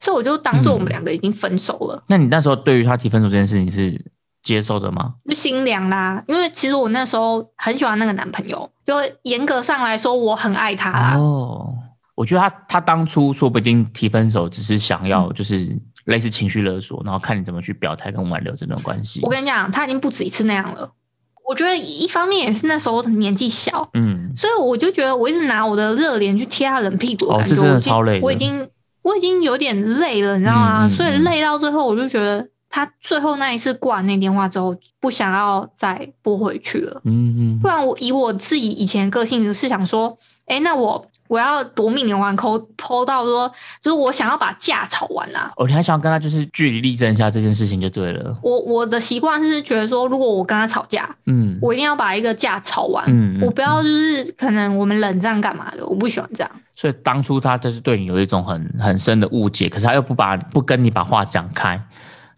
所以我就当做我们两个已经分手了。
那你那时候对于他提分手这件事，你是接受的吗？
就心凉啦，因为其实我那时候很喜欢那个男朋友，就严格上来说，我很爱他啦。
哦，我觉得他他当初说不定提分手只是想
嗯
要就是类似情绪勒索，然后看你怎么去表态跟挽留这段关系
我。跟你讲，他已经不止一次那样了。我觉得一方面也是那时候的年纪小，
嗯，
所以我就觉得我一直拿我的热脸去贴他冷屁股，
哦
感
这
觉
真的
我已经
超累的
我已经我已经有点累了，你知道吗？
嗯嗯
所以
嗯
累到最后，我就觉得他最后那一次挂那电话之后，不想要再拨回去了。
嗯嗯
不然我以我自己以前的个性是想说，哎、那我我要夺命连环抠抠到说，就是我想要把架吵完啊。
哦，你还想跟他就是据理力争一下这件事情就对了。
我我的习惯是觉得说，如果我跟他吵架，
嗯，
我一定要把一个架吵完。
嗯，嗯
我不要就是可能我们冷战干嘛的，我不喜欢这样。
所以当初他就是对你有一种很很深的误解，可是他又不把不跟你把话讲开，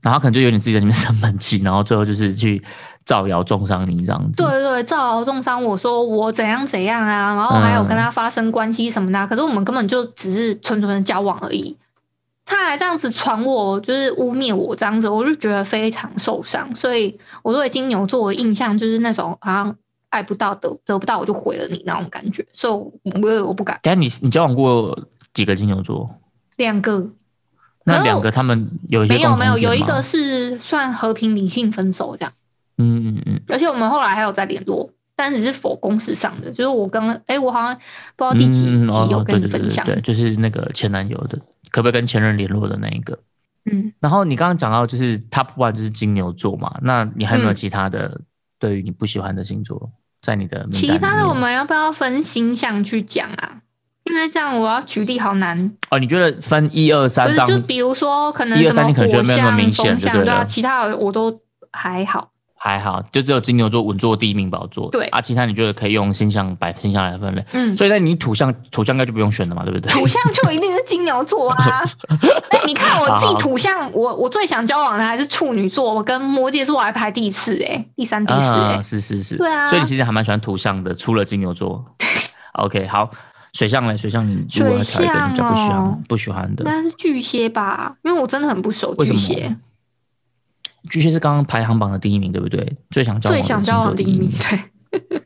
然后他可能就有点自己在里面 生闷气，然后最后就是去造谣重伤你这样子。
对对对，造谣重伤我说我怎样怎样啊，然后还
嗯
有跟他发生关系什么的啊、可是我们根本就只是纯纯的交往而已。他还这样子传我，就是污蔑我这样子，我就觉得非常受伤。所以我对金牛座的印象就是那种好像爱不到得得不到我就毁了你那种感觉，所以我我也我不敢
但你你交往过几个金牛座？
两个。可
那
是
两个他们有一些
没有
共同
没有，
点
有一
吗
个是算和平理性分手这样，
嗯嗯嗯，
而且我们后来还有在联络，但只是否公事上的，就是我刚刚哎，我好像不知道第几
嗯
集有跟你分享，
哦、对对对对对，就是那个前男友的，可不可以跟前任联络的那一个？
嗯，
然后你刚刚讲到就是 Top One 就是金牛座嘛，那你还有没有
嗯
其他的对于你不喜欢的星座在你的名单
其他
里
的
面
我们要不要分星象去讲啊？因为这样我要举例好难，
哦，你觉得分一二
就
三
是
张
就比如说可能
一二
什
三
么
你可能觉
火
得没有那么
象、
明显
风
就
象，
对
对啊，
了
其他的我都还好。
还好，就只有金牛座稳坐第一名宝座，
对
啊，其他你觉得可以用星象摆星象来分类，
嗯，
所以在你土象土象应该就不用选了嘛，对不对？
土象就一定是金牛 座啊！哎、你看我自己土象，我我最想交往的还是处女座，我跟摩羯座还排第四哎、第三、第四哎、
啊，是是是，
对啊
所以你其实还蛮喜欢土象的，除了金牛 座。OK，好，水象嘞，水象你如果要挑一个你比较不喜
水
欢
象哦
不喜欢的，
那是巨蟹吧？因为我真的很不熟
为什
巨
么
蟹，
巨蟹是刚刚排行榜的第一名，对不对？最想交往
最
的
想
星
交
座
往
第
第一
一
名
名，。
对，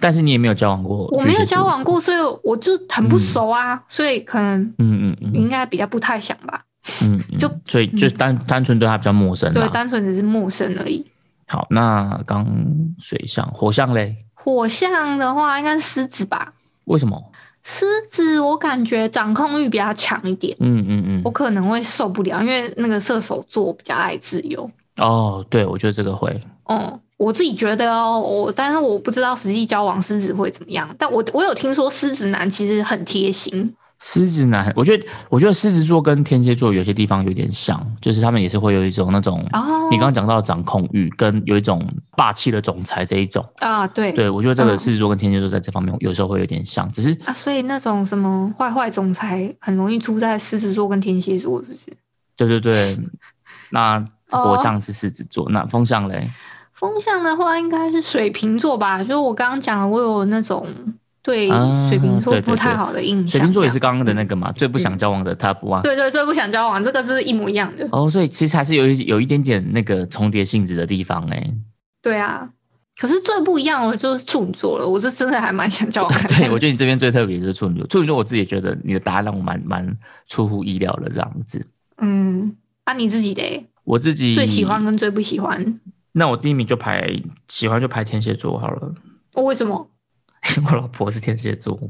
但是你也没有交往过，
我没有交。往过，所以我就很不熟啊，所以可能
嗯嗯嗯
应该比较不太想吧，
嗯嗯，
就
所以就单单纯对他比较陌生
对，
啦。
单纯只是陌生而已。
好，那刚水象火象嘞，
火象的话，应该是狮子吧？
为什么？
狮子我感觉掌控欲比较强一点。
嗯嗯
我
嗯，
可能会受不了，因为那个射手座比较爱自由。
哦，对，我觉得这个会，
嗯，我自己觉得哦，我但是我不知道实际交往狮子会怎么样。但我我有听说狮子男其实很贴心，
狮子男，我觉得，我觉得狮子座跟天蝎座有些地方有点像，就是他们也是会有一种那种，
哦
你刚刚讲到的掌控欲，跟有一种霸气的总裁这一种。
啊，对
对，我觉得这个
嗯
狮子座跟天蝎座在这方面有时候会有点像，只是
啊，所以那种什么坏坏总裁很容易出在狮子座跟天蝎座，是不是？
对对 对，那
哦
火象是狮子座，那风象嘞，
风象的话应该是水瓶座吧，就我刚刚讲的，我有那种对
啊
水瓶座
对对
不太
对
好的印象。
水瓶座也是
这样
刚
嗯
刚的那个嘛，最不想啊交往的 Top One。
对对最不想交往，这个是一模一样的。
哦，所以其实还是有一有一点点那个重叠性质的地方哎、
对啊，可是最不一样的就是处女座了，我是真的还蛮想交往看 看。
对，我觉得你这边最特别就是处女座，处女座我自己也觉得你的答案让我蛮蛮出乎意料的这样子。
嗯，啊你自己的
我自己
最喜欢，跟最不喜欢，
那我第一名就排喜欢就排天蝎座好了，
哦为什么？
因为我老婆是天蝎座，
哦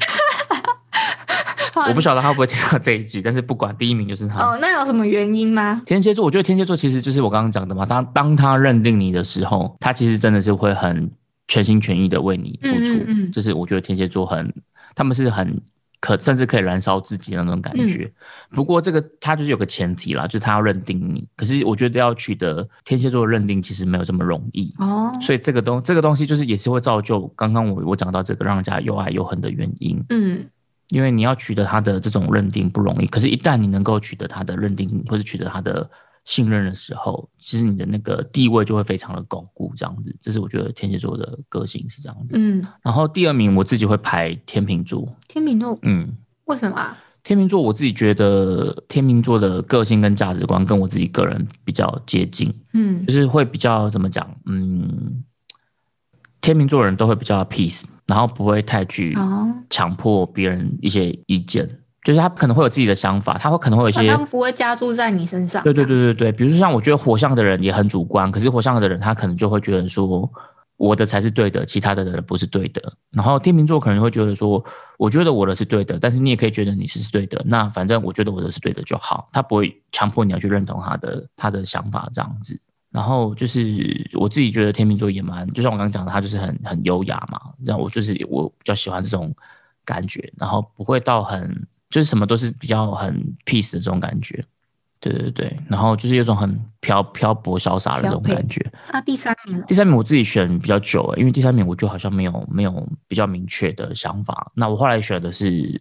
我不晓得她会不会听到这一句，但是不管第一名就是她。
哦，那有什么原因吗？
天蝎座，我觉得天蝎座其实就是我刚刚讲的嘛，他当他认定你的时候，他其实真的是会很全心全意的为你付出，
嗯嗯嗯
就是我觉得天蝎座很，他们是很可甚至可以燃烧自己的那种感觉。不过这个他就是有个前提啦，就是他要认定你，可是我觉得要取得天蝎座的认定其实没有这么容易。
哦，
所以这个东这个东西就是也是会造就刚刚我我讲到这个让人家又爱又恨的原因，
嗯
因为你要取得他的这种认定不容易，可是，一旦你能够取得他的认定或是取得他的信任的时候，其实你的那个地位就会非常的巩固，这样子。这是我觉得天蝎座的个性是这样子。
嗯，
然后第二名我自己会排天秤座，
天秤座
嗯，
为什么啊？
天秤座我自己觉得天秤座的个性跟价值观跟我自己个人比较接近，
嗯
就是会比较怎么讲，嗯，天秤座人都会比较 peace，然后不会太去
哦，
强迫别人一些意见，就是他可能会有自己的想法，他会可能会有一
啊
些
他，们不会加注在你身上。啊
对对对对对，比如说像我觉得火象的人也很主观，可是火象的人他可能就会觉得说我的才是对的，其他的人不是对的。然后天秤座可能会觉得说，我觉得我的是对的，但是你也可以觉得你是对的，那反正我觉得我的是对的就好，他不会强迫你要去认同他的他的想法这样子。然后就是我自己觉得天秤座也蛮，就像我刚刚讲的，他就是很很优雅嘛。然后我就是我比较喜欢这种感觉，然后不会到很就是什么都是比较很 peace 的这种感觉。对对对，然后就是有种很漂漂泊潇洒的这种
漂泊
感觉。
那第三名呢，
第三名我自己选比较久、欸，因为第三名我就好像没有没有比较明确的想法。那我后来选的是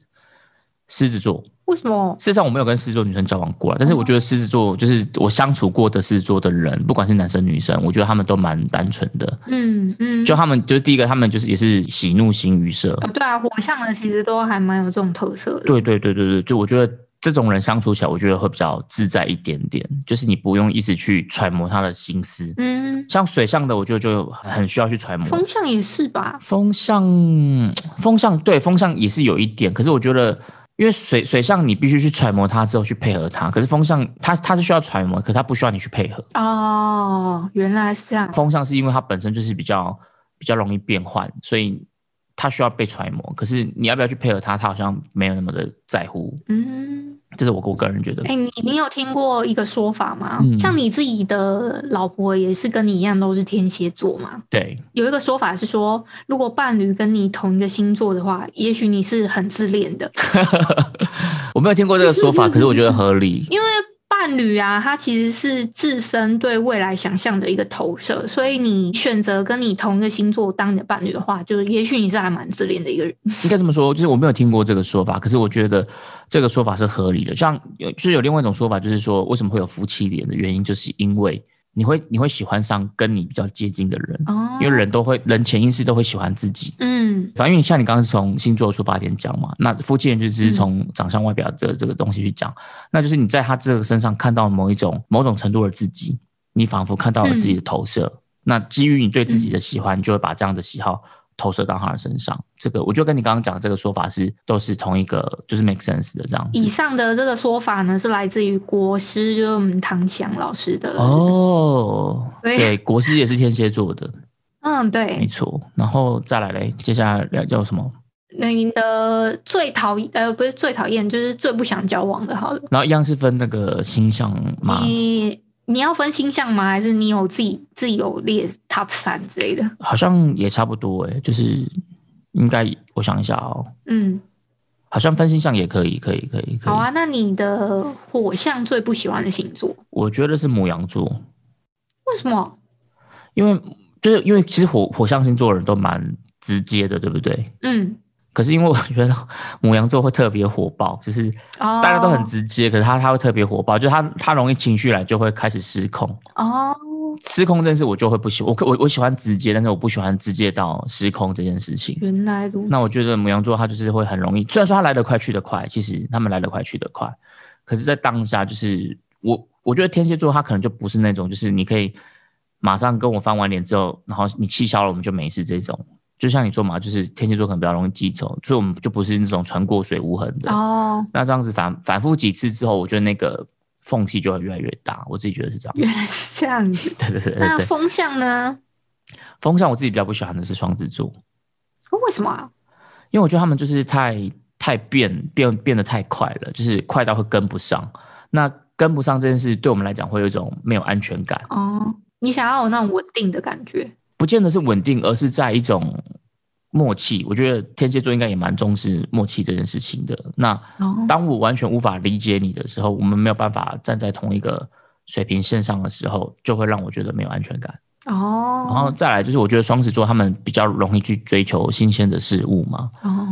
狮子座，
为什么？
事实上我没有跟狮子座女生交往过啦，但是我觉得狮子
嗯
座就是我相处过的狮子座的人，不管是男生女生，我觉得他们都蛮单纯的。
嗯嗯，
就他们就是第一个，他们就是也是喜怒形于色。
哦对啊，火象的其实都还蛮有这种特色的。
对对对对对，就我觉得这种人相处起来，我觉得会比较自在一点点，就是你不用一直去揣摩他的心思。
嗯，
像水象的，我觉得就很很需要去揣摩。
风象也是吧？
风向，风向对风向也是有一点，可是我觉得，因为水水象你必须去揣摩它之后去配合它，可是风向它它是需要揣摩，可是它不需要你去配合。
哦，原来是这样。
风向是因为它本身就是比较比较容易变换，所以它需要被揣摩。可是你要不要去配合它，它好像没有那么的在乎。
嗯，
这是我我个人觉得
哎、，你你有听过一个说法吗？
嗯
像你自己的老婆也是跟你一样都是天蝎座嘛？
对
有一个说法是说，如果伴侣跟你同一个星座的话，也许你是很自恋的，
我没有听过这个说法，可是我觉得合理。
因为伴侣啊，他其实是自身对未来想象的一个投射，所以你选择跟你同一个星座当你的伴侣的话，就是也许你是还蛮自恋的一个人。
应该这么说，就是我没有听过这个说法，可是我觉得这个说法是合理的。像有就是有另外一种说法，就是说为什么会有夫妻脸的原因，就是因为你会你会喜欢上跟你比较接近的人，
哦，
因为人都会人潜意识都会喜欢自己。
嗯
反正因为像你刚刚是从星座出发点讲嘛，那夫妻脸就是从长相外表的这个东西去讲，那就是你在他这个身上看到某一种某种程度的自己，你仿佛看到了自己的投射。那基于你对自己的喜欢，你就会把这样的喜好投射到他的身上。这个我就跟你刚刚讲的这个说法是都是同一个，就是 make sense 的这样
以
子。
上的这个说法呢，是来自于国师，就是我们唐强老师的。，
哦，
所以
对，国师也是天蝎座的，
嗯，
没
对，
错。然后再来嘞，接下来要要什么？
那你的最讨厌呃，不是最讨厌，就是最不想交往的，好了。
然后一样是分那个星象吗？
你你要分星象吗？还是你有自己自己有列 top 三之类的？
好像也差不多诶、就是应该我想一下哦，
嗯，
好像分星象也可以，可以，可以，可以。
好啊。那你的火象最不喜欢的星座
我觉得是母羊座，
为什么？
因为就是因为其实火火象星座的人都蛮直接的，对不对？
嗯，
可是因为我觉得母羊座会特别火爆，就是
哦，
大家都很直接，可是他他会特别火爆，就是他他容易情绪来就会开始失控，
哦，
失控这件事我就会不喜我可我我喜欢直接，但是我不喜欢直接到失控这件事情。
原来如此。
那我觉得母羊座他就是会很容易，虽然说他来得快去得快，其实他们来得快去得快，可是，在当下就是我，我觉得天蝎座他可能就不是那种，就是你可以马上跟我翻完脸之后，然后你气消了我们就没事这种。就像你说嘛，就是天蝎座可能比较容易记仇，所以我们就不是那种船过水无痕的。
哦，
那这样子反反复几次之后，我觉得那个缝隙就会越来越大。我自己觉得是这样。
原来是这样子。
对对对对
那
对。
风象呢？
风向我自己比较不喜欢的是双子座，
为什么啊？
因为我觉得他们就是太太变变变得太快了，就是快到会跟不上。那跟不上这件事，对我们来讲会有一种没有安全感，
哦，你想要有那种稳定的感觉。
不见得是稳定，而是在一种默契。我觉得天蝎座应该也蛮重视默契这件事情的。那
哦，
当我完全无法理解你的时候，我们没有办法站在同一个水平线上的时候，就会让我觉得没有安全感。然后
哦，
再来就是，我觉得双子座他们比较容易去追求新鲜的事物嘛，
哦，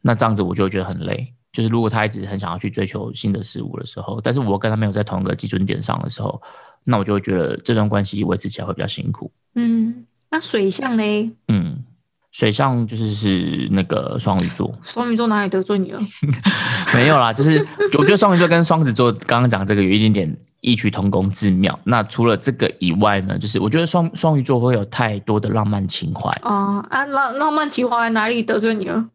那这样子我就会觉得很累。就是如果他一直很想要去追求新的事物的时候，但是我跟他没有在同一个基准点上的时候，那我就会觉得这段关系维持起来会比较辛苦。
嗯，那水象嘞？
嗯，水象就是是那个双鱼座，
双鱼座哪里得罪你了？
没有啦，就是我觉得双鱼座跟双子座刚刚讲这个有一点点异曲同工之妙。那除了这个以外呢，就是我觉得双双鱼座会有太多的浪漫情怀，
哦啊，浪浪漫情怀哪里得罪你了？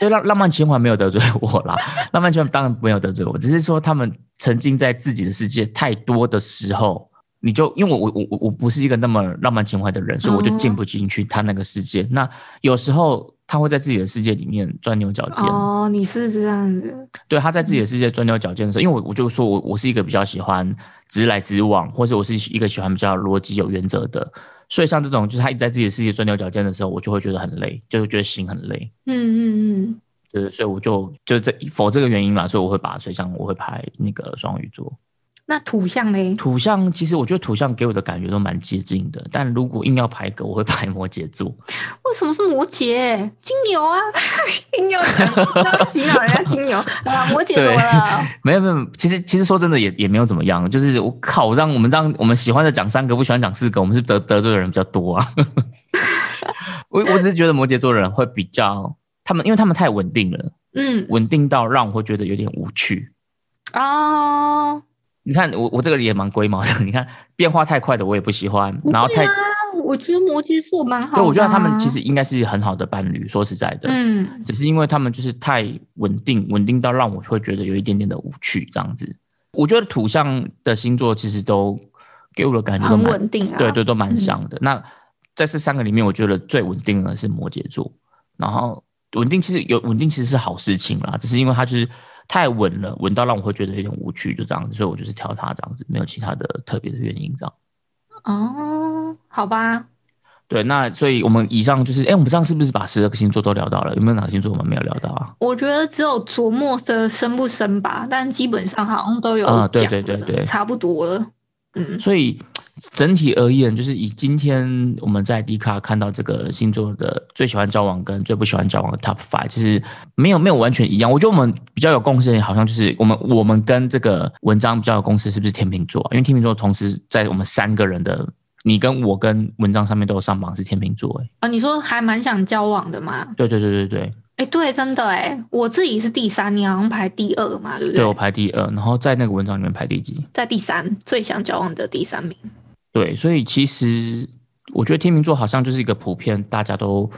因为浪浪漫情怀没有得罪我啦，浪漫情怀当然没有得罪我，只是说他们沉浸在自己的世界太多的时候，你就因为我我我我我不是一个那么浪漫情怀的人，所以我就进不进去他那个世界。那有时候他会在自己的世界里面钻牛角尖，
哦，你是这样子，
对，他在自己的世界钻牛角尖的时候，因为我我就说我我是一个比较喜欢直来直往，或者我是一个喜欢比较逻辑有原则的，所以像这种就是他一直在自己的世界钻牛角尖的时候，我就会觉得很累，就会觉得心很累。
嗯嗯嗯，
对，所以我就就这否这个原因啦，所以我会把水象我会排那个双鱼座。
那土象嘞？
土象其实我觉得土象给我的感觉都蛮接近的，但如果硬要排一个，我会排摩羯座。
为什么是摩羯？金牛啊， 金牛要洗脑人家金 牛啊，摩羯怎么了？
没有没有，其实其实说真的也也没有怎么样，就是我靠，我让我们让我们喜欢的讲三个，不喜欢讲四个，我们是得得罪的人比较多啊。 我我只是觉得摩羯座的人会比较，他们因为他们太稳定了，
嗯，
稳定到让我会觉得有点无趣。
哦，
你看我我这个人也蛮龟毛的，你看变化太快的我也不喜欢，
不
然后
会
太
啊，我觉得摩羯座蛮好的啊。
对我觉得他们其实应该是很好的伴侣，说实在的，
嗯，
只是因为他们就是太稳定，稳定到让我会觉得有一点点的无趣这样子。我觉得土象的星座其实都给我的感觉都
很
蛮，
稳定啊。
对对，都蛮像的。那在这三个里面，我觉得最稳定的是摩羯座，然后稳定其实有稳定其实是好事情啦，只是因为它就是太稳了，稳到让我会觉得有点无趣，就这样子，所以我就是挑它这样子，没有其他的特别的原因这样。
哦，好吧，
对，那所以我们以上就是，哎、我们这样是不是把十二个星座都聊到了？有没有哪个星座我们没有聊到啊？
我觉得只有琢磨的深不深吧，但基本上好像都有
啊对
讲
对对
了
对
差不多了。嗯，
所以整体而言，就是以今天我们在迪卡看到这个星座的最喜欢交往跟最不喜欢交往的 Top Five，其实没有没有完全一样。我觉得我们比较有共识，的，好像就是我们我们跟这个文章比较有共识，是不是天秤座啊？因为天秤座同时在我们三个人的。你跟我跟文章上面都有上榜是天秤座，哎，
啊，你说还蛮想交往的嘛？
对对对对对，
哎，对，真的哎，我自己是第三，你好像排第二嘛，对不
对我排第二，然后在那个文章里面排第几？
在第三，最想交往的第三名。
对，所以其实我觉得天秤座好像就是一个普遍大家都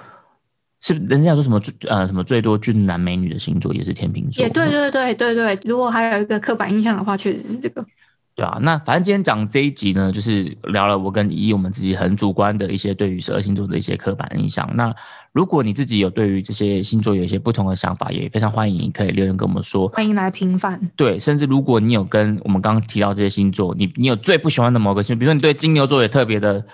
是人家说什么最呃什么最多俊男美女的星座也是天秤座，
也对对对对对，如果还有一个刻板印象的话，确实是这个。
对啊。那反正今天讲这一集呢，就是聊了我跟依依我们自己很主观的一些对于十二星座的一些刻板印象。那如果你自己有对于这些星座有一些不同的想法，也非常欢迎你可以留言跟我们说。
欢迎来平反，
对，甚至如果你有跟我们刚刚提到这些星座，你你有最不喜欢的某个星座，比如说你对金牛座也特别的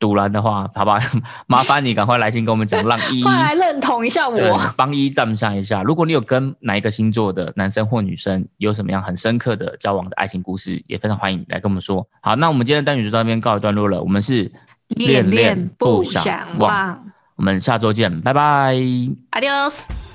堵然的话，好吧， 麻烦你赶快来信跟我们讲， 让一一
快来认同一下
对
我。
帮一一赞赏一下。如果你有跟哪一个星座的男生或女生有什么样很深刻的交往的爱情故事，也非常欢迎你来跟我们说。好，那我们今天的单元就到这边告一段落了，我们是
恋
恋
恋
不
不
想
想
忘
忘
我们下周见，拜拜。
，Adios。